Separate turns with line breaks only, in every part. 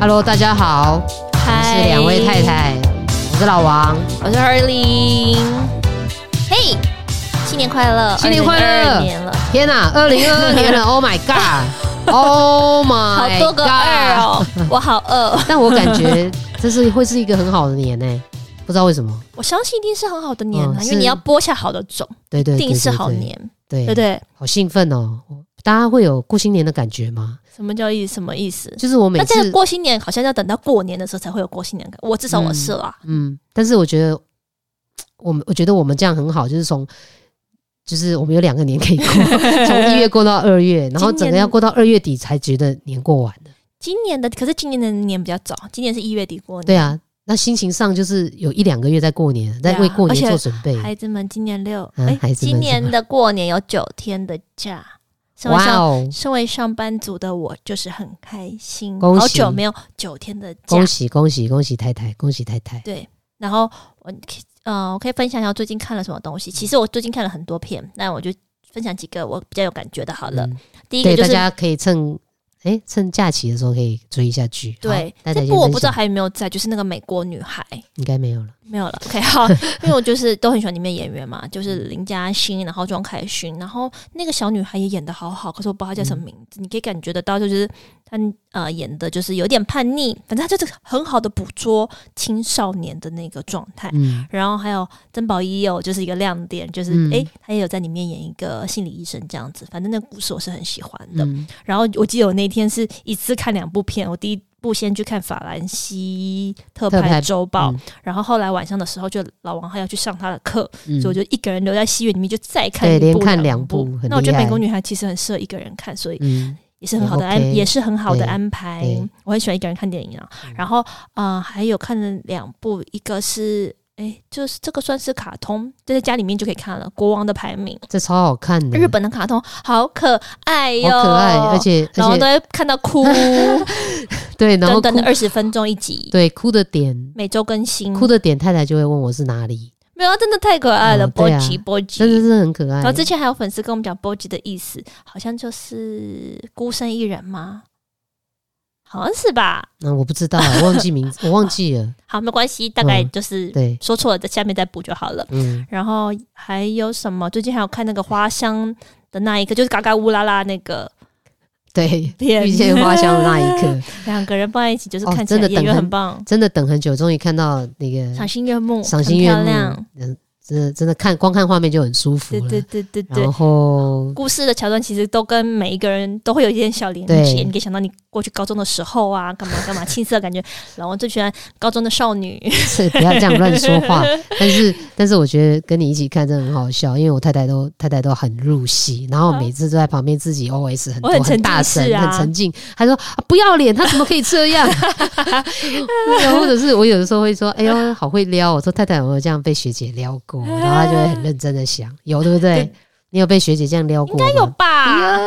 Hello，大家好，我
嗨，
是两位太，太，我是老王，
我是二零。嘿，新年快乐！
新年快乐
2022年了，
天哪、2二零 二二年了，Oh my God，Oh
好
Oh my
多个二
God，
哦， 我好饿。
但我感觉这是会是一个很好的年呢、不知道为什么，
我相信一定是很好的年啊，
嗯
因
是
为你要播下好的种，
对对
一
对
定是
对
好
对
年，
对
对不对？
好兴奋哦！大家会有过新年的感觉吗？
什么叫意思？什么意思？
就是我每
那这个
次，
过新年好像要等到过年的时候才会有过新年感，我至少我是啊啦。
嗯，但是我觉得，我们我觉得我们这样很好，就是从，就是我们有两个年可以 过，嗯从一月过到二月，然后整
今
个
年
要过到二月底才觉得年过完的。
今年的可是今年的年比较早，今年是一月底过年。
对，啊，那心情上就是有一两个月在过年，在
对啊
为过
而
年
且
做准备。
孩子们今年六
嗯
哎、
孩子们
今年的过年有九天的假，身为
哇
上、
哦！
身为上班族的我就是很开心，
恭喜
好久没有九天的假
恭。喜恭喜恭喜太太，恭喜太太！
对，然后我呃，我可以分享一下我最近看了什么
嗯
东西。其实我最近看了很多片，那我就分享几个我比较有感觉的。好了，
嗯
第一
对
个就
大
是
家可以趁哎趁假期的时候可以追一下剧。好
对
太太
这
先
部我
分
不知道
享
还有没有在，就是那个美国女孩。
应该没有了。
没有了，OK，好， 因为我就是都很喜欢里面演员嘛，就是
嗯
林嘉欣，然后庄凯勋，然后那个小女孩也演的好好，可是我不知道她叫什么名字，你可以感觉得到，就是她呃演的就是有点叛逆，反正她就是很好的捕捉青少年的那个状态。
嗯，
然后还有曾宝仪也有就是一个亮点，就是
嗯
诶，她也有在里面演一个心理医生这样子，反正那个故事我是很喜欢的。
嗯
然后我记得我那天是一次看两部片，我第一部先去看法兰西特
特派
派周报，
嗯
然后后来晚上的时候就老王还要去上他的课，
嗯
所以我就一个人留在戏院里面就再看
对
一部
连看
两
两部很
那我觉得
厉害
《美国女孩》其实很适合一个人看，所以
嗯
也是很好的
也
安，
OK，
也是很好的
对
安排
对。嗯
我很喜欢一个人看电影啊。然后呃，还有看了两部，一个是。哎，就是这个算是卡通，就在家里面就可以看了。国王的排名，
这超好看的，
日本的卡通好可爱哟、
嗯好可爱，而且
然后
而
都
且
会看 到哭，
对，然后
短短
哭
的二嗯十分钟一集，
对哭的点，
每周更新。
哭的点，太太就会问我是哪里，
没有，啊真的太可爱了，
哦
波
对啊
吉波
真的
吉。
是很可爱
然后。之前还有粉丝跟我们讲波吉的意思，好像就是孤身一人吗？好像是吧。
那嗯我不知道，我忘记名字，我忘记了。
好，没关系，大概
嗯
就是
对，
说错了，在下面再补就好了。
嗯，
然后还有什么？最近还有看那个花香的那一个，就是嘎嘎乌拉拉那个
对，
片，
遇见花香的那一，刻，
两个人放在一起，就是
哦
看起
真
来
的
演员
等很
很棒，
真的等很久，终于看到那个
赏心悦目，
赏心悦
很漂亮
目。，嗯，真的真的看光看画面就很舒服
对
了。
对对对对
然，后
故事的桥段其实都跟每一个人都会有一点小连接，
对
你可以想到你过去高中的时候啊，干嘛干嘛，青涩的感觉。老王最喜欢高中的少女，
是不要这样乱说 话， 但是但是我觉得跟你一起看真的很好笑，因为我太太都太太都很入戏，然后每次都在旁边自己 OS 很多
啊我很沉
很大
浸式
声、
啊
很沉静，她说、啊、不要脸，她怎么可以这样？ 然后或者是我有的时候会说，哎呦好会撩，我说太太有没有这样被学姐撩过？然后她就会很认真的想，有对不对？
对
你有被学姐这样撩过吗？
应该有吧？
呀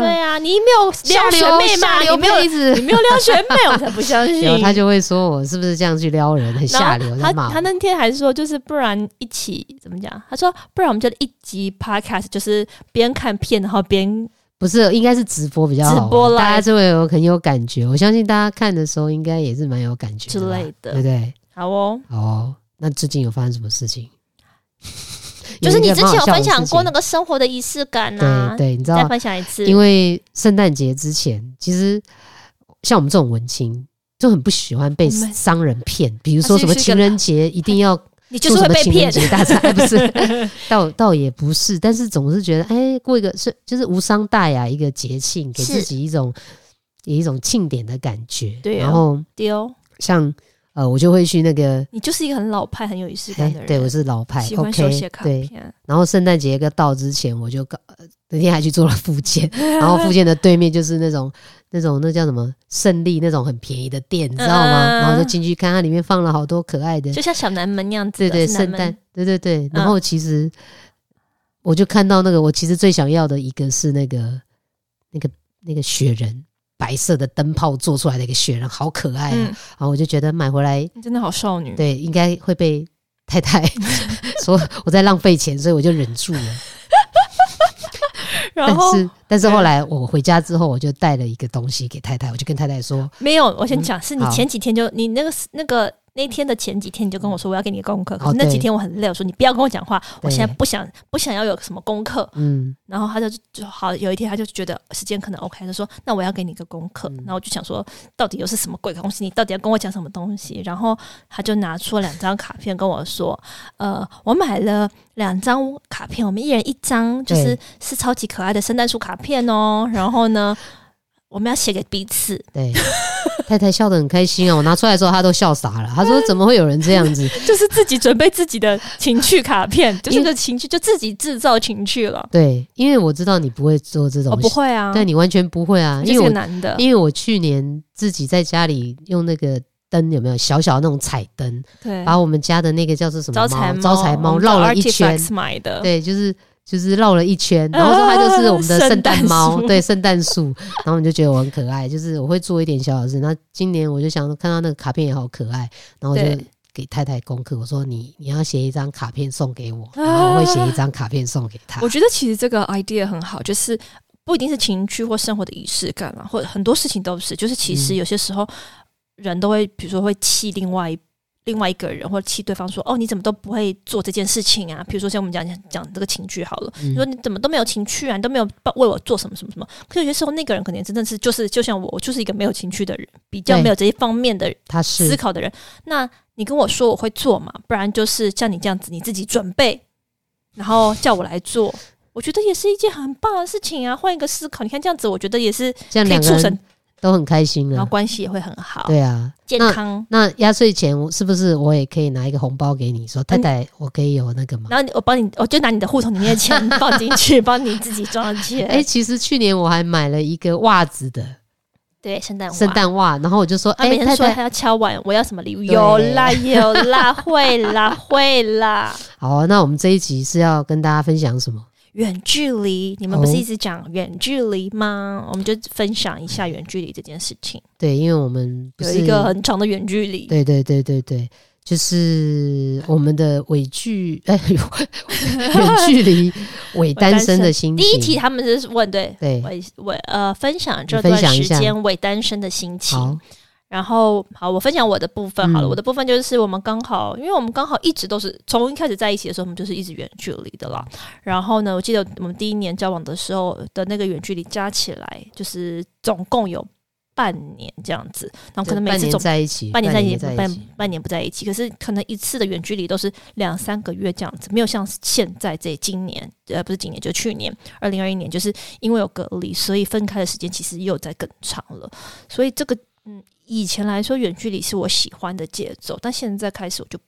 对啊，你没有
下
撩学
流
妹
嗯下
嘛？
流
你没有
哦妹
你
子，
没有撩学妹，我才不相信
然后。他就会说我是不是这样去撩人，很
然后
下流，在
他
骂
他
我。
那天还说，就是不然一起怎么讲？他说不然我们就一集 podcast，就是边看片然后边
不是，应该是直播比较好玩，
直播啦
大家就会有很有感觉。我相信大家看的时候应该也是蛮有感觉
之
的啦
类的
对不对？
好哦。
好哦，那最近有发生什么事情？
就是你之前有分享过那
个
个生活的仪式感
蛮好笑的事情，
啊
对，对，你知
再
道，
分享一次。
因为圣诞节之前，其实像我们这种文青。就很不喜欢被
我们
商人骗，比如说什么
它是一个
情人节一定要
你 就是
做什
会
么
被
情
骗
人，节大餐，哎不是， 倒倒也不是，但是总是觉得，哎，过一个是就是无伤大雅一个节庆，给
是
自己一种有一种庆典的感觉。
对啊
然后
丢、
像呃，我就会去那个，
你就是一个很老派、很有仪式感
哎
的人。，
对我是老牌
喜欢手写
，OK，
卡
对。
片。
然后圣诞节要到之前，我就搞呃那天还去做了复健，然后复健的对面就是那种那种那叫什么胜利那种很便宜的店，你知道吗？
嗯
然后就进去看，它里面放了好多可爱的
就像小南门那样子
对
的，
对，
是南
圣
门
诞，对对对。然
嗯
后其实我就看到那个，我其实最想要的一个是那个那个那个雪人，白色的灯泡做出来的一个雪人，好可爱啊！
嗯，
然后我就觉得买回来，
你真的好少女。
对，应该会被太 太说我在浪费钱，所以我就忍住了。
然
但
后嗯
是但是后来我回家之后，我就带了一个东西给太太，我就跟太太说，
没有，我先讲，是你
好
前几天就你那个那个那天的前几天你就跟我说我要给你功课，可
哦
是那
对
几天我很累，我说你不要跟我讲话，我现在
对
不想不想要有什么功课。
嗯，
然后他就就好，有一天他就觉得时间可能 OK，他就说那我要给你一个功课。然后我就想说，到底又是什么鬼东西？你到底要跟我讲什么东西？然后他就拿出两张卡片跟我说，呃，我买了两张卡片，我们一人一张，就是
对
是超级可爱的圣诞树卡片哦。然后呢，我们要写给彼此，
对， 太太笑得很开心啊！我拿出来的时候，她都笑傻了。她
嗯
说：“怎么会有人这样子
就是自己准备自己的情趣卡片， 就是
因为。
个情趣，就自己制造情趣了？”
对，因为我知道你不会做这种
我、
事，
不会啊，
对你完全不会啊，
你
因
就是
为
个
我
男的，
因为我去年自己在家里用那个灯，有没有小小的那种彩灯，
对，
把我们家的那个叫做什么
招财
猫招财
猫嗯
猫
我们找
绕了一圈，
Artifacts 买的，
对，就是。就是绕了一 圈，然后说它就是我们的
啊
圣诞
圣诞
猫，
树
对圣诞树，然后我们就觉得我很可爱，就是我会做一点小小事。那今年我就想看到那个卡片也好可爱，然后我就
对
给太太功课，我说你你要写一张卡片送给 我，然后我会写一张卡片送给她
我。觉得其实这个 idea 很好，就是不一定是情趣或生活的仪式感啦，或者很多事情都是，就是其实
嗯
有些时候人都会，比如说会气另外一。另外一个人或者气对方说：“哦，你怎么都不会做这件事情啊？”比如说像我们讲讲讲这个情趣好了，
嗯
你说你怎么都没有情趣啊，你都没有帮为我做什么什么什么。可有些时候那个人可能真的是就是就像我，我就是一个没有情趣的人，比较
对
没有这些方面的
她
思
是
考的人。那你跟我说我会做嘛，不然就是像你这样子，你自己准备，然后叫我 来做。我觉得也是一件很棒的事情啊，换一个思考，你看这样子，我觉得也是
这样
可以
两个
促成
人，都很开心
然后
啊。
关系也会很好，
对啊，
健
那
康。
那压岁钱我是不是我也可以拿一个红包给你说太太，我可以有那个吗？
然后你我帮你，我就拿你的户头里面的钱放进去，帮你自己装进去。
哎，其实去年我还买了一个袜子的
对，圣诞
圣
袜。
诞袜，然后我就说，
他
哎
每，天
太
说
太
他要敲碗，我要什么礼物？
对
有啦，有啦，会啦，会啦。
好啊、那我们这一集是要跟大家分享什么？
远距离，你们不
哦
是一直讲远距离吗？我们就分享一下远距离这件事情。
对，因为我们不
有
是
一个很长的远距离，
对对对对对，就是我们的伪距哎呦远距离伪单身的心情。
第一题他们就是问对
对，
伪伪呃分享这
你分
段
享一
时
下
间伪单身的心情
好。，
然后好，我分享我的部分好了。
嗯
我的部分就是我们刚好，因为我们刚好一直都是从一开始在一起的时候，我们就是一直远距离的啦。然后呢，我记得我们第一年交往的时候的那个远距离加起来，就是总共有半年这样子。然后可能每
半
次
年
总
在一起，
半年在一起，
在
半半年不在一起，可是可能一次的远距离都是两三个月这样子，没有像现在这今年，呃，不是今年，就去年二零二一年，就是因为有隔离，所以分开的时间其实又在更长了。所以这个，嗯，以前来说远距离是我喜欢的节奏，但现在开始我就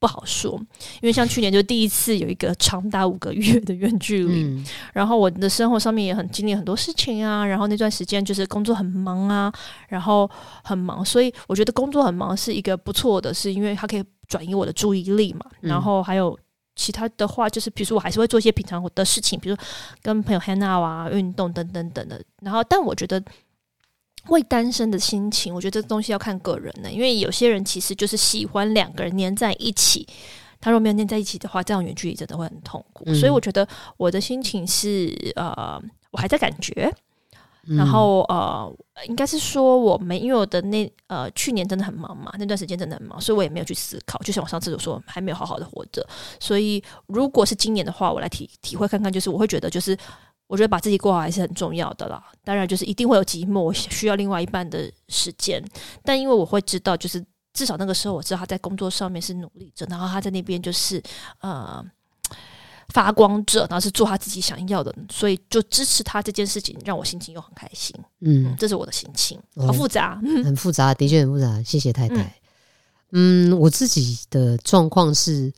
不好说，因为像去年就第一次有一个长达五个月的远距离，
嗯，
然后我的生活上面也很经历很多事情啊，然后那段时间就是工作很忙啊，然后很忙，所以我觉得工作很忙是一个不错的事，因为它可以转移我的注意力嘛。
嗯
然后还有其他的话，就是比如说我还是会做一些平常的事情，比如跟朋友 hang out 啊、运动等等等的。然后，但我觉得。为单身的心情，我觉得这东西要看个人呢、因为有些人其实就是喜欢两个人黏在一起，他如果没有黏在一起的话，这样远距离真的会很痛苦。
嗯
所以我觉得我的心情是呃，我还在感觉，
嗯
然后呃，应该是说我没，因为我的那呃去年真的很忙嘛，那段时间真的很忙，所以我也没有去思考。就像我上次所说，还没有好好的活着。所以如果是今年的话，我来体体会看看，就是我会觉得，就是我觉得把自己过好还是很重要的啦。当然，就是一定会有寂寞，我需要另外一半的时间。但因为我会知道，就是至少那个时候我知道他在工作上面是努力着，然后他在那边就是呃发光着，然后是做他自己想要的，所以就支持他这件事情，让我心情又很开心。嗯
嗯，，
这是我的心情，
哦
好复杂。嗯
很复杂，的确很复杂。谢谢太太。嗯，我自己的状况是，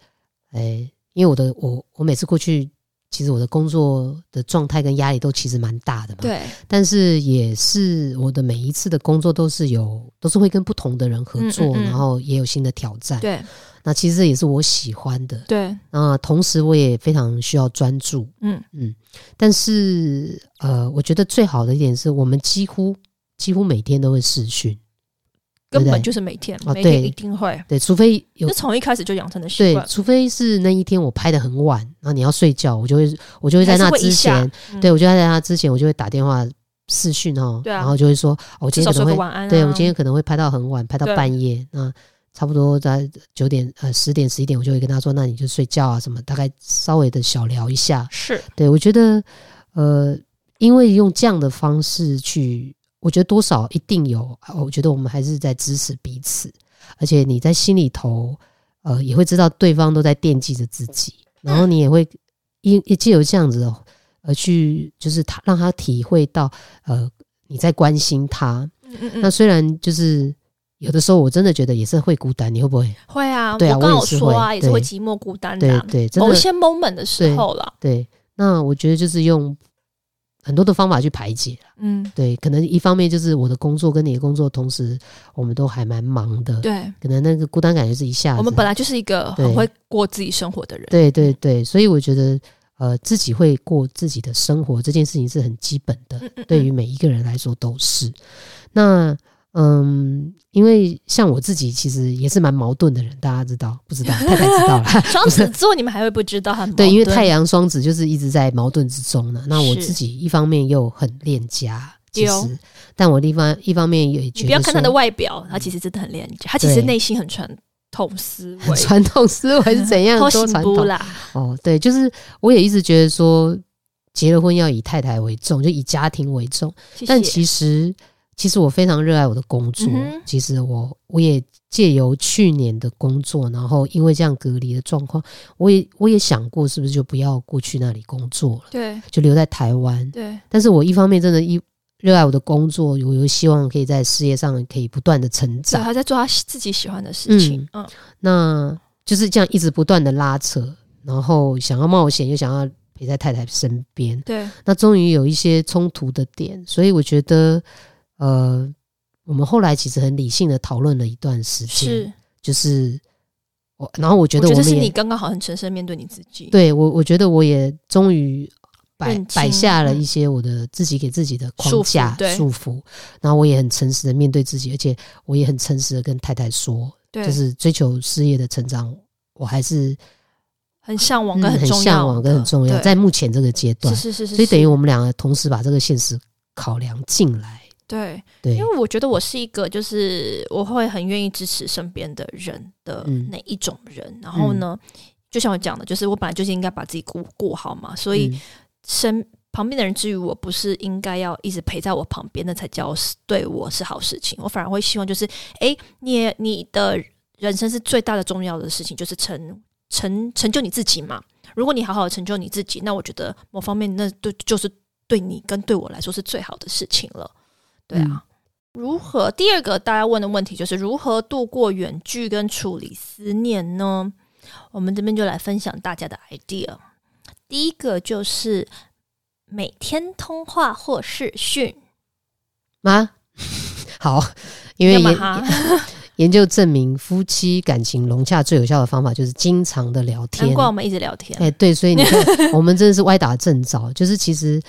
哎、因为我的我我每次过去，其实我的工作的状态跟压力都其实蛮大的嘛。
对，
但是也是我的每一次的工作都是有，都是会跟不同的人合作，
嗯嗯嗯
然后也有新的挑战。
对，
那其实这也是我喜欢的。
对，
那同时我也非常需要专注，
嗯
嗯。但是呃，我觉得最好的一点是我们几乎几乎每天都会视讯，对不
根
对
本就是每天，
啊
每天
对
一定会，
对，除非有
就从一开始就养成的习
对，
惯。
除非是那一天我拍的很晚，然后你要睡觉，我就会我就会在那之
还是
前，
嗯
对我就会在那之前，我就会打电话视讯哦，
对啊
然后就会说，哦我
至
今
少
天可
说
能
个
会，
晚安、啊。
对我今天可能会拍到很晚，拍到
对
半夜，那差不多在九点呃十点十一点，我就会跟他说，那你就睡觉啊什么，大概稍微的小聊一下。
是
对我觉得，呃，因为用这样的方式去，我觉得多少一定有，呃我觉得我们还是在支持彼此，而且你在心里头，呃，也会知道对方都在惦记着自己，然后你也会因也借由这样子的，呃，去就是他让他体会到，呃，你在关心他。
嗯嗯
那
嗯，
虽然就是。有的时候我真的觉得也是会孤单，你会不会？
会啊，
对啊
我刚
我
好
也是
说啊，
会
也是会
对
寂寞孤单的
对
啊、
对，真
某
的
些 moment 的时
对
候啦，
对。那我觉得就是用很多的方法去排解。
嗯，
对，可能一方面就是我的工作跟你的工作同时，我们都还蛮忙的，
对，
可能那个孤单感就是一下子。
我们本来就是一个
啊对
很会过自己生活的人，
对对对，所以我觉得呃，自己会过自己的生活这件事情是很基本的，
嗯嗯，
对
嗯
于每一个人来说都是。那嗯，因为像我自己其实也是蛮矛盾的人，大家知道不知道？太太知道 了。
双 子座你们还会不知道很
对，
矛
因为
盾
太阳双子就是一直在矛盾之中呢。那我
是
自己一方面又很恋家，其
对哦
实，但我另一方一方面也觉
你
得
不要看他
说嗯
的外表，他其实真的很廉价，他其实
对
内心很传统思维，
传统思维是怎 样
偷
多
心
传
不
统
啦，
哦，对，就是我也一直觉得说，结了婚要以太太为重，就以家庭为重。
谢谢
但其实，其实我非常热爱我的工作。
嗯哼
其实我我也借由去年的工作，然后因为这样隔离的状况，我也我也想过是不是就不要过去那里工作了，
对
就留在台湾。
对
但是我一方面真的一热爱我的工作，我又希望可以在事业上可以不断的成
只
长。
他在做他自己喜欢的事情，嗯，
那就是这样一直不断的拉扯，然后想要冒险，又想要陪在太太身边。
对，
那终于有一些冲突的点，所以我觉得，呃，我们后来其实很理性的讨论了一段时间，
是，
就是我，然后我觉
我
得
觉
我
得
们
是
也
你刚刚好很诚实地面对你自己，
对我，我觉得我也终于摆
认清
摆下了
嗯
一些我的自己给自己的
束
框
缚
架
对
束缚，然后我也很诚实的面对自己，而且我也很诚实的跟太太说，
对，
就是追求事业的成长，我还是
很向往
嗯
跟
很
重
向
要的，
往跟很重要，
对
在目前这个阶段
是，是是是，
所以等于
是
我们两个同时把这个现实考量进来。
对，
对嗯
因，为我觉得我是一个，就是我会很愿意支持身边的人的
嗯
那一种人。然后呢，就像我讲的，就是我本来就是应该把自己顾顾好嘛，所以
嗯
身、旁边的人至于我不是应该要一直陪在我旁边，那才叫是对我是好事情。我反而会希望就是，哎、你也你的人生是最大的重要的事情，就是成成成就你自己嘛。如果你好好地成就你自己，那我觉得某方面那对就是对你跟对我来说是最好的事情了。对
嗯
啊，如何？第二个大家问的问题就是如何度过远距跟处理思念呢？我们这边就来分享大家的 idea。第一个就是每天通话或视讯，
妈好，因为
干嘛
研
哈？
研究证明，夫妻感情融洽最有效的方法就是经常的聊
难
天。
怪我们一直聊天。
哎、对，所以你 看，我们真的是歪打正着，就是其实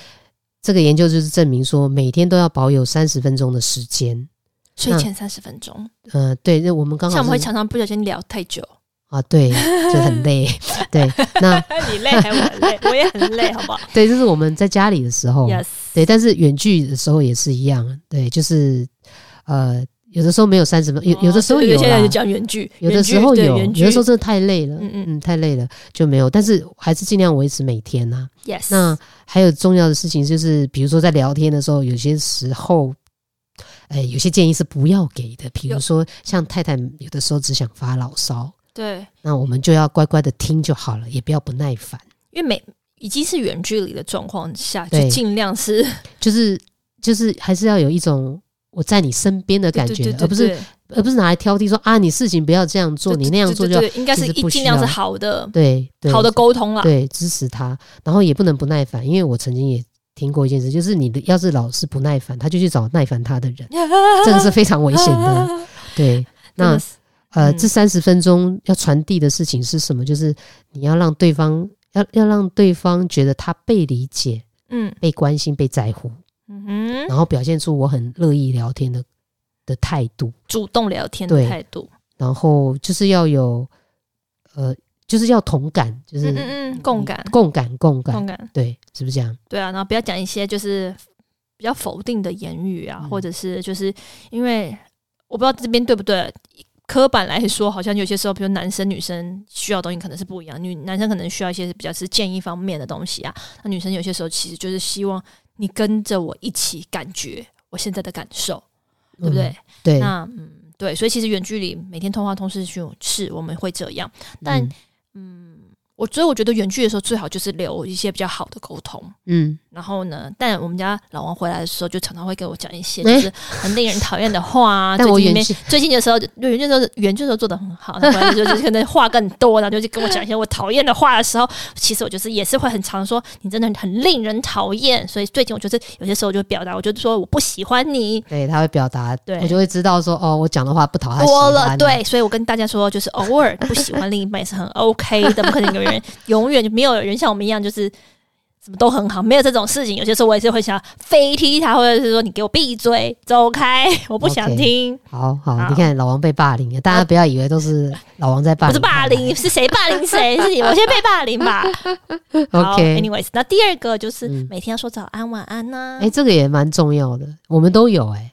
这个研究就是证明说，每天都要保有三十分钟的时间。
睡
嗯
前三十分钟，
呃，对，那我们刚好
像我们会
是
常常不小心聊太 久，
啊，对，就很累。 对，那
你累还我很累，我也很累，好不好
对，这是我们在家里的时 候。
？Yes，
哦对，但是远距的时候也是一样，对，就是呃，有的时候没有三十分，有有的时候
哦对
有
对现在就
啦，
讲远距，
有的
远距
时候
对
有，
远距
有的时候真的太累了，
嗯
嗯
嗯
嗯太累了就没有，但是还是尽量维持每天呐、
Yes，
那还有重要的事情就是，比如说在聊天的时候，有些时候。哎，有些建议是不要给的，比如
有
说像太太有的时候只想发牢骚，
对，
那我们就要乖乖的听就好了，也不要不耐烦。
因为每已经是远距离的状况下，
对
就尽量是
就是就是还是要有一种我在你身边的感觉，
对对对对
而不是
对
而不是拿来挑剔说啊，你事情不要这样做，
对
你那样做就
对对对应该是
其实
一
不需
尽量是
要
好的，
对对
好的沟通啦。
对支持他，然后也不能不耐烦，因为我曾经也听过一件事，就是你的要是老是不耐烦，他就去找耐烦他的人，
啊
这个是非常危险的。 对，
真
那
的是
呃，
嗯
这三十分钟要传递的事情是什么？就是你要让对方要要让对方觉得他被理解、
嗯
被关心、被在乎。
嗯哼，
然后表现出我很乐意聊天的的态度，
主动聊天的
对
态度，
然后就是要有呃，就是要同感，就
嗯
是
嗯嗯，共感，
共感共感，
共感，
对，是不是这样？
对啊，然后不要讲一些就是比较否定的言语啊，
嗯
或者是就是因为我不知道这边对不对。刻板来说，好像有些时候，比如男生女生需要的东西可能是不一样，女男生可能需要一些比较是建议方面的东西啊，那女生有些时候其实就是希望你跟着我一起感觉我现在的感受，对不对？
嗯？对，
那嗯，对，所以其实远距离每天通话通视讯是我们会这样，但
嗯
我所以我觉得远距的时候最好就是留一些比较好的沟通。
嗯，
然后呢，但我们家老王回来的时候，就常常会给我讲一 些
哎
就是很令人讨厌的话 啊。
但我
最
远
近没
距
最近的时候，对远距的时候，远距的时候做的很好，他回来就是可能话更多，然后就是跟我讲一些我讨厌的话的时候，其实我就是也是会很常说你真的很令人讨厌。所以最近我就是有些时候就表达，我就说我不喜欢你，
对他会表达，
对
我就会知道说哦，我讲的话不讨他喜
多了，
欢，啊
对，所以我跟大家说， 就是偶尔不喜欢另一半也是很 OK 的，不可能有人永远就没有人像我们一样，就是什么都很好，没有这种事情。有些时候我也是会想飞踢他，或者是说你给我闭嘴，走开，我不想
OK
听。
好好，
好
你看老王被霸凌了，大家不要以为都是老王在霸
不
凌，
是霸凌，是谁霸凌谁？是你，我先被霸 凌吧。好
OK
anyways，那第二个就是
嗯
每天要说早安、晚安啊呐、
哎、这个也蛮重要的，我们都有哎、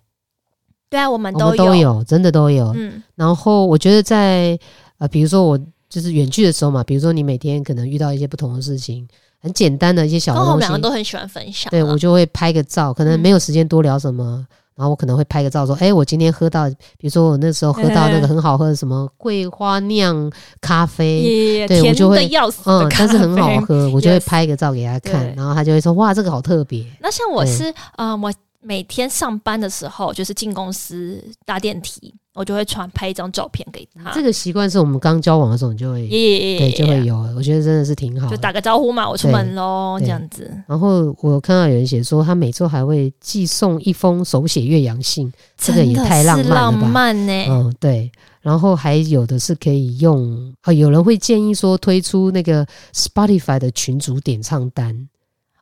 对啊，我们
我
都
们都有，真的都有。
嗯，
然后我觉得在呃，比如说我就是远距的时候嘛，比如说你每天可能遇到一些不同的事情，很简单的一些小
刚
的
好我
东
们两个
西，
都很喜欢分享啊。
对我就会拍个照，可能
嗯
没有时间多聊什么。然后我可能会拍个照，说：“哎、我今天喝到，比如说我那时候喝到那个很好喝的什么桂花酿咖啡，
也
对我
甜
就会
的要死
嗯
的，咖
但是很好
啡
喝，我就会
yes
拍个照给他看，
对
然后他就会说：哇，这个好特别。
那像我
对
是，呃，我每天上班的时候，就是进公司搭电梯，我就会传拍一张照片给他，
这个习惯是我们刚交往的时候你就会
耶耶
对，就会有了。我觉得真的是挺好
就
的。
打个招呼嘛，我出
对
门喽，这
对
样子，
然后我有看到有人写说，他每周还会寄送一封手写岳阳信。这个
真
也
的
太浪
是
漫了吧
漫欸呢、
嗯，对。然后还有的是可以用啊、有人会建议说推出那个 Spotify 的群组点唱单，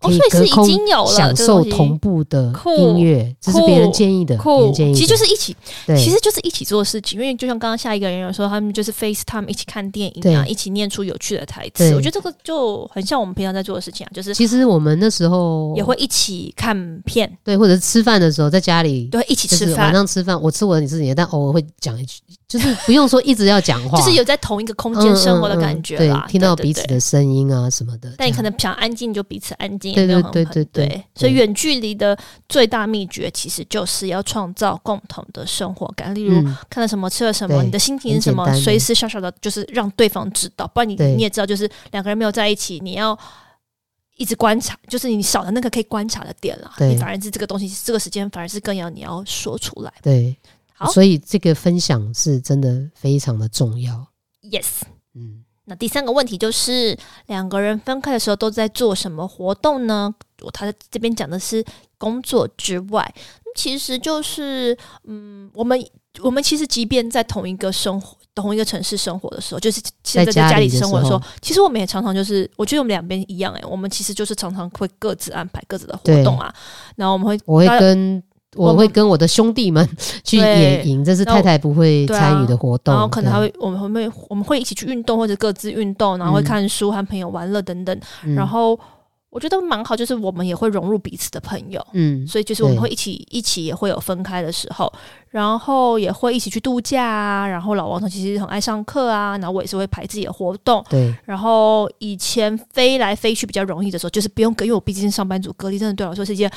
哦，
可以
所以是
隔
已
空
经有了
享
这个
受
东西
同步的
酷
音乐，这是别人
酷
建议的，别
酷
人，建议的。
其实就是一起，
对，
其实就是一起做事情，因为就像刚刚下一个人有说，他们就是 FaceTime 一起看电影啊，
对
一起念出有趣的台词，
对
我觉得这个就很像我们平常在做的事情啊，就是
其实我们那时候
也会一起看片，
对，或者是吃饭的时候在家里。
对，一起
就
吃
是晚
饭，
上吃饭，我吃我的，你吃你的，但偶尔会讲一句，就是不用说一直要讲话，
就是有在同一个空间生活的感觉
嗯嗯
啦，
嗯对，听到
对
彼此。的声音啊什么的。
但你
这
可
样
能想安静就彼此安静，
对
也没有
对
很
对对
很
对
对。所
对
以远距离的最大秘诀其实就是要创造共同的生活感，例如
嗯
看了什么，吃了什么，
对
你的心情是
很
什
简
么，
单
随
的
时小小的，就是让对方知道。不然你
对
你也知道，就是两个人没有在一起，你要。一直观察，就是你少了那个可以观察的点了。
对
你反而是这个东西，这个时间反而是更要你要说出来。
对，
好
所以这个分享是真的非常的重要。
Yes，
嗯，
那第三个问题就是，两个人分开的时候都在做什么活动呢？我他这边讲的是工作之外，其实就是，嗯，我们我们其实即便在同一个生活、同一个城市生活的时候，就是其实在
在家
家里
里的
生活的时
时
候
候，
其实我们也常常就是，我觉得我们两边一样诶、欸我们其实就是常常会各自安排各自的活动啊，然后我们会
我会
当然
跟
我
我会跟我的兄弟们去野营，这是太太不会
对啊
参与的活动，
然后可能还
对，
会我们会我们会一起去运动或者各自运动，然后会
嗯
看书、和朋友玩乐等等。
嗯
然后我觉得蛮好，就是我们也会融入彼此的朋友，
嗯，
所以就是我们
对
会一起一起也会有分开的时候，然后也会一起去度假啊。然后老王他其实很爱上课啊，然后我也是会排自己的活动。
对
然后以前飞来飞去比较容易的时候，就是不用隔，因为我毕竟是上班族，隔离真的对我来说是一件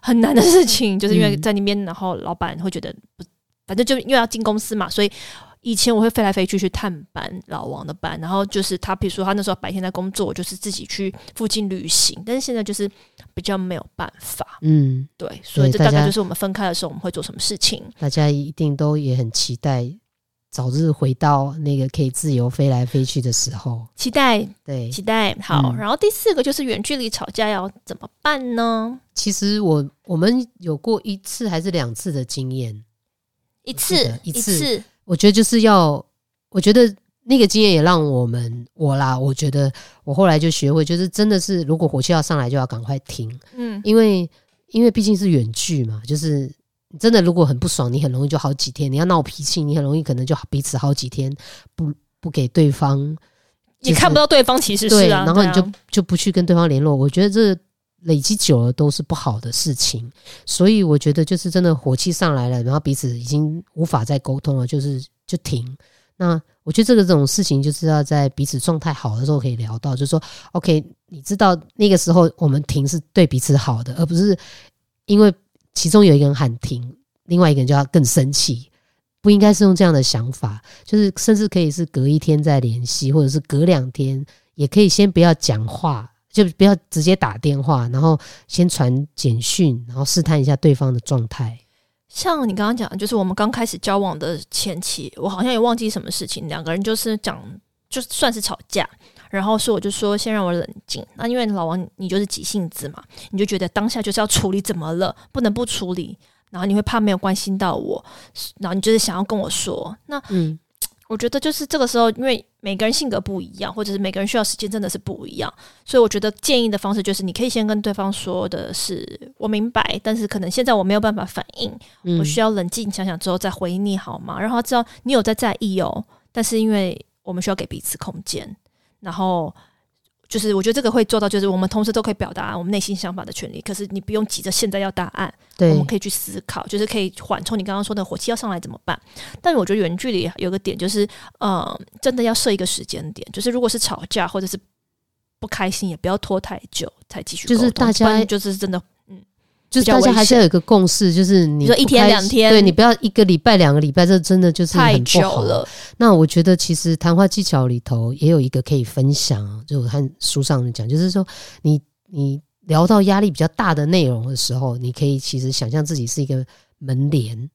很难的事情，就是因为
嗯
在那边，然后老板会觉得不，反正就因为要进公司嘛，所以。以前我会飞来飞去去探班老王的班，然后就是他，比如说他那时候白天在工作，我就是自己去附近旅行，但是现在就是比较没有办法，
嗯，
对，所以这
大
大概
家
就是我们分开的时候我们会做什么事情。
大家一定都也很期待早日回到那个可以自由飞来飞去的时候。
期待，
对，
期待，好。
嗯
然后第四个就是远距离吵架要怎么办呢？
其实我我们有过一次还是两次的经验，
一
记
次
得，一次
次，
我觉得就是要，我觉得那个经验也让我们我啦，我觉得我后来就学会，就是真的是如果火气要上来，就要赶快停，
嗯
因为因为毕竟是远距嘛，就是你真的如果很不爽，你很容易就好几天；你要闹脾气，你很容易可能就彼此好几天不不给对方，
也看不到对方其实
对，
是啊，
然后
对
你
啊
就就不去跟对方联络。我觉得这累积久了都是不好的事情，所以我觉得就是真的火气上来了，然后彼此已经无法再沟通了，就是就停。那我觉得这个这种事情就是要在彼此状态好的时候可以聊到，就是说，OK，你知道那个时候我们停是对彼此好的，而不是因为其中有一个人喊停，另外一个人就要更生气。不应该是用这样的想法，就是甚至可以是隔一天再联系，或者是隔两天，也可以先不要讲话，就不要直接打电话，然后先传简讯，然后试探一下对方的状态。
像你刚刚讲，就是我们刚开始交往的前期，我好像也忘记什么事情，两个人就是讲，就算是吵架，然后说我就说先让我冷静。那因为老王你就是急性子嘛，你就觉得当下就是要处理怎么了，不能不处理，然后你会怕没有关心到我，然后你就是想要跟我说。那
嗯，
我觉得就是这个时候，因为每个人性格不一样，或者是每个人需要时间真的是不一样，所以我觉得建议的方式就是你可以先跟对方说的是我明白，但是可能现在我没有办法反应。我需
要
要冷静想想之后再回应你好吗？让他知道你有在在意哦，但是因为我们需要给彼此空间，然后就是我觉得这个会做到，就是我们同时都可以表达我们内心想法的权利，可是你不用急着现在要答案，我
对
们可以去思考，就是可以缓冲你刚刚说的火气要上来怎么办？但我觉得远距离有个点就是，呃，真的要设一个时间点，就是如果是吵架或者是不开心，也不要拖太久才继续沟
就
通，
是大家
不然就是真的
就是
比较
大家
危
还是要有一个共识，就是你
你说一
不
天
开
两
心
天
对你不要一个礼拜两个礼拜，这真的就是
太
很不
久
好
了。。
那我觉得其实谈话技巧里头也有一个可以分享啊，就我看书上讲，就是说你你聊到压力比较大的内容的时候，你可以其实想象自己是一个门帘，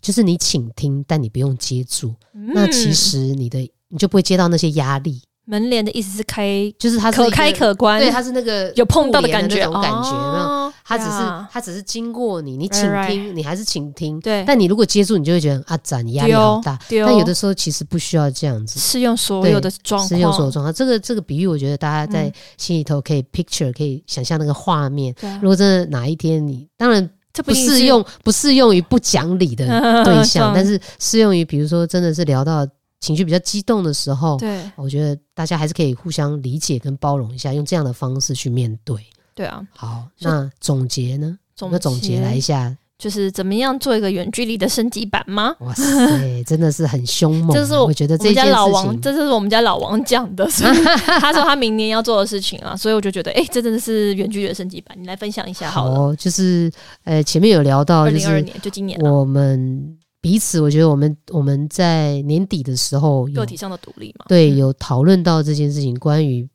就是你倾听，但你不用接住。那其
嗯
实你的你就不会接到那些压力，
门帘的意思是开
就是它是一个
可开可关，
对，它是那个
有碰到的感
互
觉，
联那种感觉，有没有？
哦
它只是
呀
它只是经过你，你
Right,
倾
right
听，你还是倾听。
对，
但你如果接住，你就会觉得啊，展你压力好大。
丢
但有的时候其实不需要这样子，
适用所有的状况，
是有所状况。这个这个比喻，我觉得大家在
嗯
心里头可以 picture，、可以想象那个画面。
对啊
如果真的哪一天你，当然
这
不
一定
适
是
用，不适用于不讲理的 对象，但是适用于比如说真的是聊到情绪比较激动的时候，
对
我觉得大家还是可以互相理解跟包容一下，用这样的方式去面对。
对啊，
好，
是
那总结呢？我们总结来一下，
就是怎么样做一个远距离的升级版吗？
哇塞，真的是很凶猛啊。
这是我
我觉得
我
这
们
件
家
事
老王，
情，
这是我们家老王讲 的，所以他说他明年要做的事情啊，所以我就觉得，哎，这真的是远距离的升级版，你来分享一下好了。
哦，就是呃，前面有聊到
二
就
零二
是
二年就今年啊，
我们彼此，我觉得我们我们在年底的时候有
个体上的独立嘛，
对
嗯
有讨论到这件事情，关于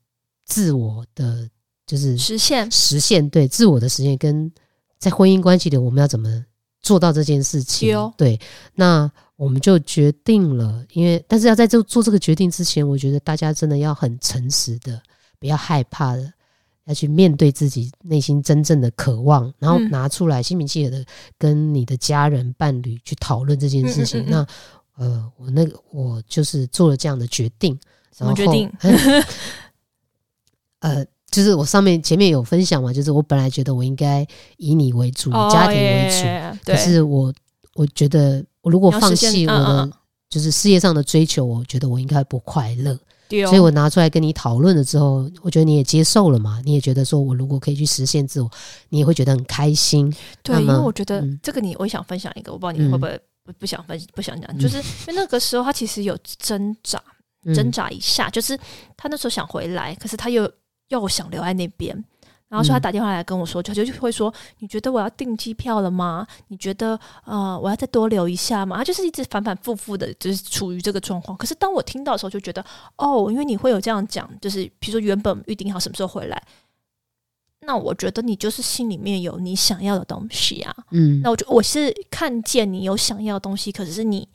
自我的就是
嗯实现，
实现，对自我的实现跟在婚姻关系里我们要怎么做到这件事情
对哦？
对，那我们就决定了，因为但是要在这做这个决定之前，我觉得大家真的要很诚实的，不要害怕的。要去面对自己内心真正的渴望，然后
嗯
拿出来，心平气和的跟你的家人、伴侣去讨论这件事情。
嗯嗯嗯嗯
那呃，我那个我就是做了这样的决定，
什么决定
然后？ 呃，就是我上面前面有分享嘛，就是我本来觉得我应该以你为主，以家庭为主，
主，
可
哦对，
是我我觉得我如果放弃
你
我
要实现嗯
的、
嗯
就是事业上的追求，我觉得我应该不快乐，
对哦
所以我拿出来跟你讨论了之后，我觉得你也接受了嘛，你也觉得说我如果可以去实现自我，你也会觉得很开心。
对，
那
因为
么
我觉得
嗯
这个你，我也想分享一个，我不知道你会不会不不想分不想讲，就是因为那个时候他其实有挣扎，
嗯
挣扎一下，就是他那时候想回来，可是他又要我想留在那边。然后说他
嗯
打电话来跟我说，就就会说，你觉得我要订机票了吗？你觉得呃我要再多留一下吗？他就是一直反反复复的，就是处于这个状况。可是当我听到的时候，就觉得哦，因为你会有这样讲，就是比如说原本预定好什么时候回来，那我觉得你就是心里面有你想要的东西啊。
嗯
那我就我是看见你有想要的东西，可是你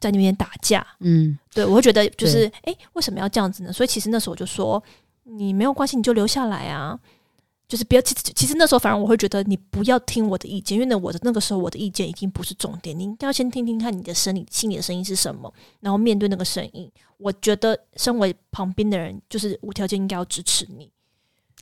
在那边打架，
嗯
对我会觉得就是诶，为什么要这样子呢？所以其实那时候我就说，你没有关系，你就留下来啊。就是不要，其实其实那时候反而我会觉得你不要听我的意见，因为呢，我的那个时候我的意见已经不是重点，你应该要先听听看你的生理心里的声音是什么，然后面对那个声音。我觉得身为旁边的人，就是无条件应该要支持你。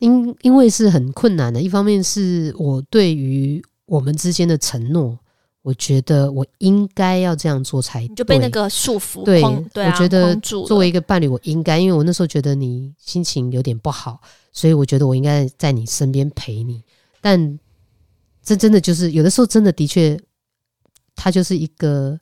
因因为是很困难的，一方面是我对于我们之间的承诺，我觉得我应该要这样做才
你就被那
对
个束缚
对
框，对啊，
我觉得
框住了
作为一个伴侣，我应该，因为我那时候觉得你心情有点不好，所以我觉得我应该在你身边陪你。但这真的就是有的时候真的的确，它就是一个，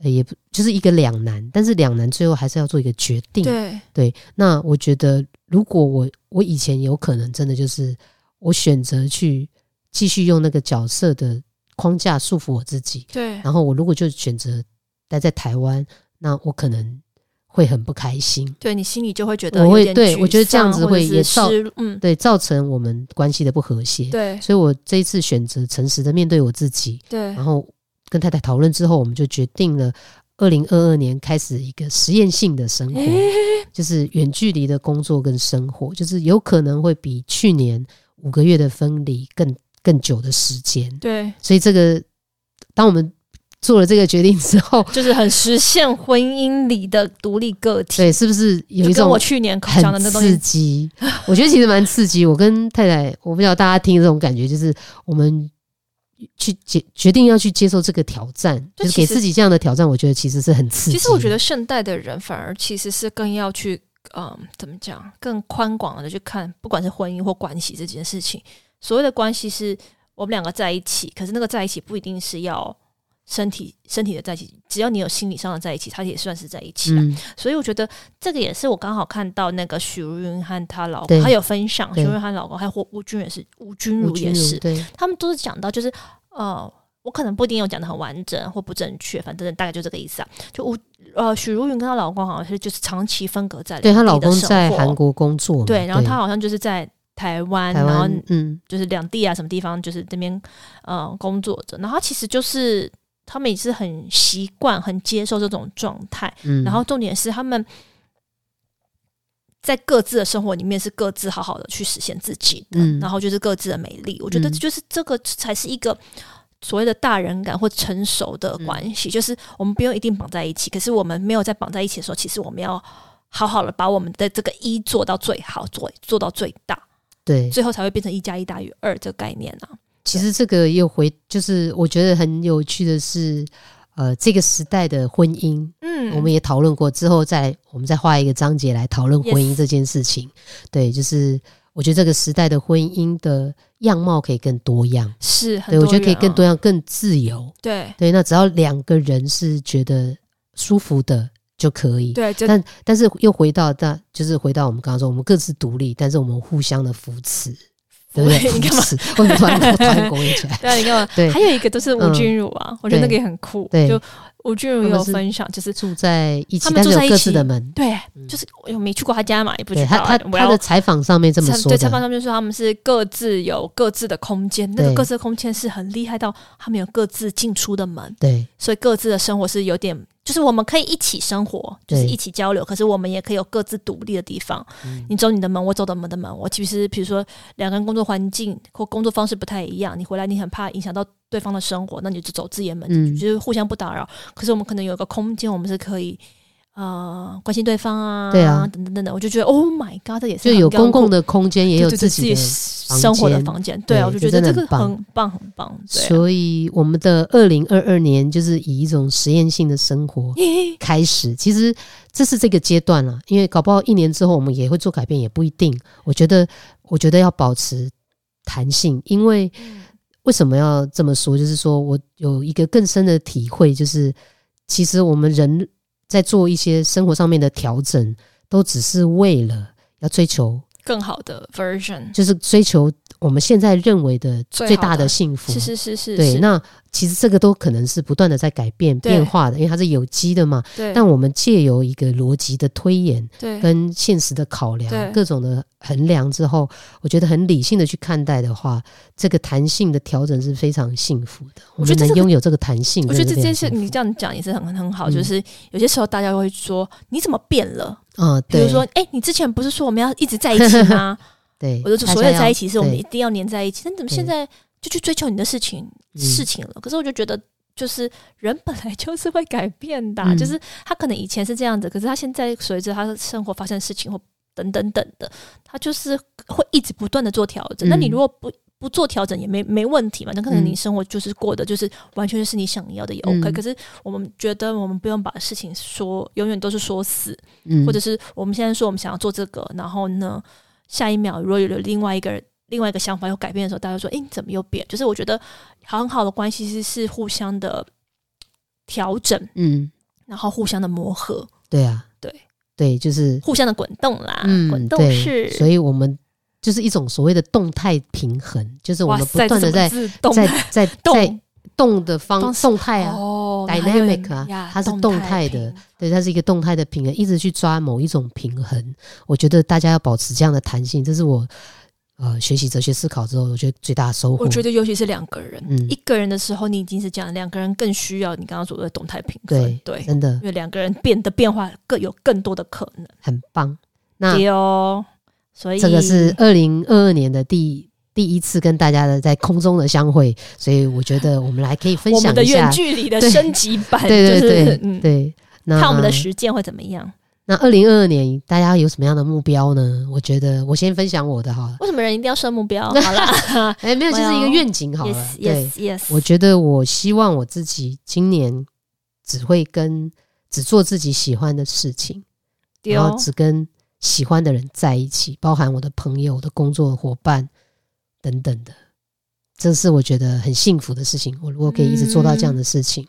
呃、也不就是一个两难，但是两难最后还是要做一个决定。
对
对，那我觉得如果我我以前有可能真的就是我选择去继续用那个角色的框架束缚我自己，
对
然后我如果就选择待在台湾，那我可能会很不开心，
对，你心里就会觉得
我会
有点
对
沮
我觉得这样子
丧或者
会
是
也造
失嗯
对，造成我们关系的不和谐。
对
所以我这一次选择诚实的面对我自己，
对
然后跟太太讨论之后，我们就决定了。二零二二年开始一个实验性的生活，就是远距离的工作跟生活，就是有可能会比去年五个月的分离更更久的时间。
对，
所以这个，当我们做了这个决定之后，
就是很实现婚姻里的独立个体。
对，是不是有
就
一
跟
种
我去年讲的
很
那东
刺
西，
激，我觉得其实蛮刺激。我跟太太，我不知道大家听这种感觉，就是我们去决决定要去接受这个挑战，就
就
是
其
给
实
自己这样的挑战，我觉得其实是很刺激。
其实我觉得，现代的人反而其实是更要去，嗯，怎么讲，更宽广的去看，不管是婚姻或关系这件事情。所谓的关系是我们两个在一起，可是那个在一起不一定是要身体身体的在一起，只要你有心理上的在一起，它也算是在一起啦。
嗯，
所以我觉得这个也是我刚好看到那个许茹芸和她老公，
对
她有分享，许
对
茹芸和她老公还有吴吴君也是，吴君
吴
如
君
嗯也
如
是，
对，
他们都是讲到就是呃，我可能不一定有讲的很完整或不正确，反正大概就这个意思啊。就吴呃许茹芸跟她老公好像是就是长期分隔在
对她
两地
老
的
公
生
在
活
韩国工作嘛，
对，然后她好像就是在台湾，
台
然后
湾，嗯，
就是两地啊什么地方就是这边呃工作着，然后她其实就是他们也是很习惯很接受这种状态，
嗯
然后重点是他们。在各自的生活里面是各自好好的去实现自己的，
嗯
然后就是各自的美丽。我觉得
嗯
就是这个才是一个所谓的大人感或成熟的
嗯
关系，就是我们不用一定绑在一起，可是我们没有在绑在一起的时候，其实我们要好好的把我们的这个一做到最好，做做到最大，
对，
最后才会变成一加一大于二这个概念啊。
其实这个又回，就是我觉得很有趣的是，呃，这个时代的婚姻，
嗯
我们也讨论过，之后再我们再画一个章节来讨论婚
Yes
姻这件事情。对，就是我觉得这个时代的婚姻的样貌可以更多样，
是很
对我觉得可以
元啊
更多样、更自由。
对
对，那只要两个人是觉得舒服的就可以。
对，就
但但是又回到大，就是回到我们刚刚说，我们各自独立，但是我们互相的扶持，对不对？
你干
扶
嘛？
持，我们突然突然勾引 起来。
对啊，你干嘛？
对
还有一个就是吴
嗯
君如啊，我觉得那个也很酷。
对
就吴君如也
他
有
们是
分享，就是
住在一起
他，们
但是
住在一
有各
起
自的门。
对，
嗯
就是我没去过他家嘛，也不知
对
道
他，
啊。
他
我
他
要
的采访上面这么
采
说
对，
的，
采访上面说他们是各自有各自的空间，那个
对
各自的空间是很厉害到他们有各自进出的门，
对
所以各自的生活是有点，就是我们可以一起生活，就是
对
一起交流，可是我们也可以有各自独立的地方。
嗯
你走你的门，我走的门的门。我其实比如说两个人工作环境或工作方式不太一样，你回来你很怕影响到对方的生活，那你就走自己的门，
嗯
就是互相不打扰。可是我们可能有一个空间，我们是可以。呃，关心对方啊，
对啊
等等等等，我就觉得，Oh my God，这也是
就有
很高
公共的空间，也有
对对对
自己的。啊
生活的
间
房间，对啊，
对
我就
这
觉得
真的
这个
很棒
很棒很棒，对啊，
所以，我们的二零二二年就是以一种实验性的生活开始。其实这是这个阶段了、因为搞不好一年之后我们也会做改变，也不一定。我觉得，我觉得要保持弹性，因为
嗯
为什么要这么说？就是说我有一个更深的体会，就是其实我们人在做一些生活上面的调整，都只是为了要追求
更好的 version，
就是追求我们现在认为的
最好
最大
的
的幸福。
是是是是，
对，
是
那其实这个都可能是不断的在改变、
对
变化的，因为它是有机的嘛。
对
但我们借由一个逻辑的推演
对
跟现实的考
对
量、各种的衡量之后，我觉得很理性的去看待的话，这个弹性的调整是非常幸福的。
我
我
觉
们
得这
能
个
拥有这个弹性，
我觉得
真
这
的
件
非常
事
幸福
你这样讲也是很很好，
嗯
就是有些时候大家会说你怎么变了？
啊，
比
对，
如说，哎，你之前不是说我们要一直在一起吗？
对，
我就说
大
所
家
谓的在
要
一起是我们
对
一定要黏在一起，但怎么现在就去追求你的事情
嗯
事情了？可是我就觉得，就是人本来就是会改变的啊、
嗯
就是他可能以前是这样子，可是他现在随着他的生活发生事情或等等等的，他就是会一直不断的做调整。
嗯
那你如果不不做调整也没没问题嘛。那可能
嗯
你生活就是过的就是完全就是你想要的也 OK、
嗯
可是我们觉得我们不用把事情说永远都是说死，
嗯，
或者是我们现在说我们想要做这个，然后呢，下一秒如果有另外一个人另外一个想法又改变的时候，大家说：“诶，你怎么又变？”就是我觉得很好的关系是是互相的调整，
嗯，
然后互相的磨合，
对啊，
对
对，就是
互相的滚动啦，滚
嗯，
动
对，所
式。
以我们就是一种所谓的动态平衡，就是我
哇
们不
塞，
断的
这怎
在
么自动啊
在在 在
动
动的方
动
动态啊，
哦
dynamic 啊它是动态的，对，它是一个动态的平衡，一直去抓某一种平衡。我觉得大家要保持这样的弹性，这是我呃学习哲学思考之后，我觉得最大的收获。
我觉得尤其是两个人，
嗯
一个人的时候你已经是这样，两个人更需要你刚刚所谓的动态平衡，
对
对，
真的
因为两个人变的变化更有更多的可能。
很棒。那
对哦，所以
嗯这个是呃二零二二年的第第一次跟大家的在空中的相会，所以我觉得我们来可以分
我
享
们的
一下
远，距离的
对
升级版，
对对对、
就是嗯，
对。嗯那
看我们的实践会怎么样？
那二零二二年大家有什么样的目标呢？我觉得我先分享我的好了。
为什么人一定要设目标？好啦
哎、没有，就是一个
Well，
愿景 好了。啊
，yes
对，
yes yes，
我觉得我希望我自己今年只会跟只做自己喜欢的事情，
对
然
哦
后只跟喜欢的人在一起，包含我的朋友、我的工作伙伴等等的。这是我觉得很幸福的事情。我如果可以一直做到这样的事情，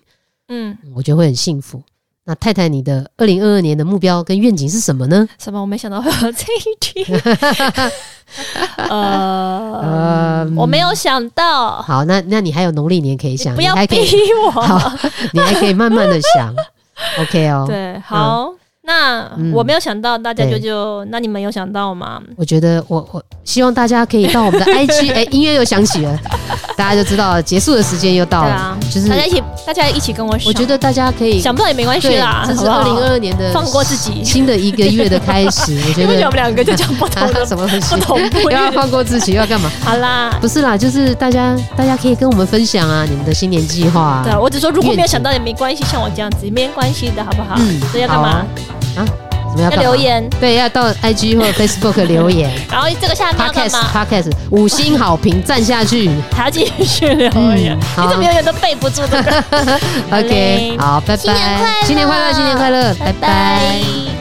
嗯，
我觉得会很幸福。那太太，你的二零二二年的目标跟愿景是什么呢？
什么？我没想到会有这一 题。 呃，
嗯
我没有想到，
好，那那你还有农历年可以
你
想，
不
你
要
还可
逼
以，
我。
你还可以慢慢的 想。OK 哦，
对，好，那
嗯
我没有想到，大家就
对
就那你们有想到吗？
我觉得我我希望大家可以到 我们的 IG，哎、音乐又响起了，大家就知道结束的时间又到
对
了。
啊，
就是
大家一起，大家一起跟我想。
我觉得大家可以
想不到也没关系啦，
这
好
是
不好
二零二二年的
放过自己。
新的一个月的开 始。我觉
你不觉得
得
我们两个就讲不同
啊，
的？
什么东西
不同步
又要放过自己，又要干嘛？
好啦，
不是啦，就是大家大家可以跟我们分享啊，你们的新年计划啊。
对我只说如果没有想到也没关系，像我这样子也没关系的，好不好？
嗯
所以要干
好
嘛
啊？什么要
要
干嘛
留？言，
对，要到 IG 或 Facebook 留言
然后这个下面要干
，Podcast
嘛？
Podcast 五星好评赞下去。
还要继续留言。
嗯好
你怎么永远都背不 住这个？好嘞
OK，好，拜拜，
新年快乐
新年快乐，新年快乐，拜拜
拜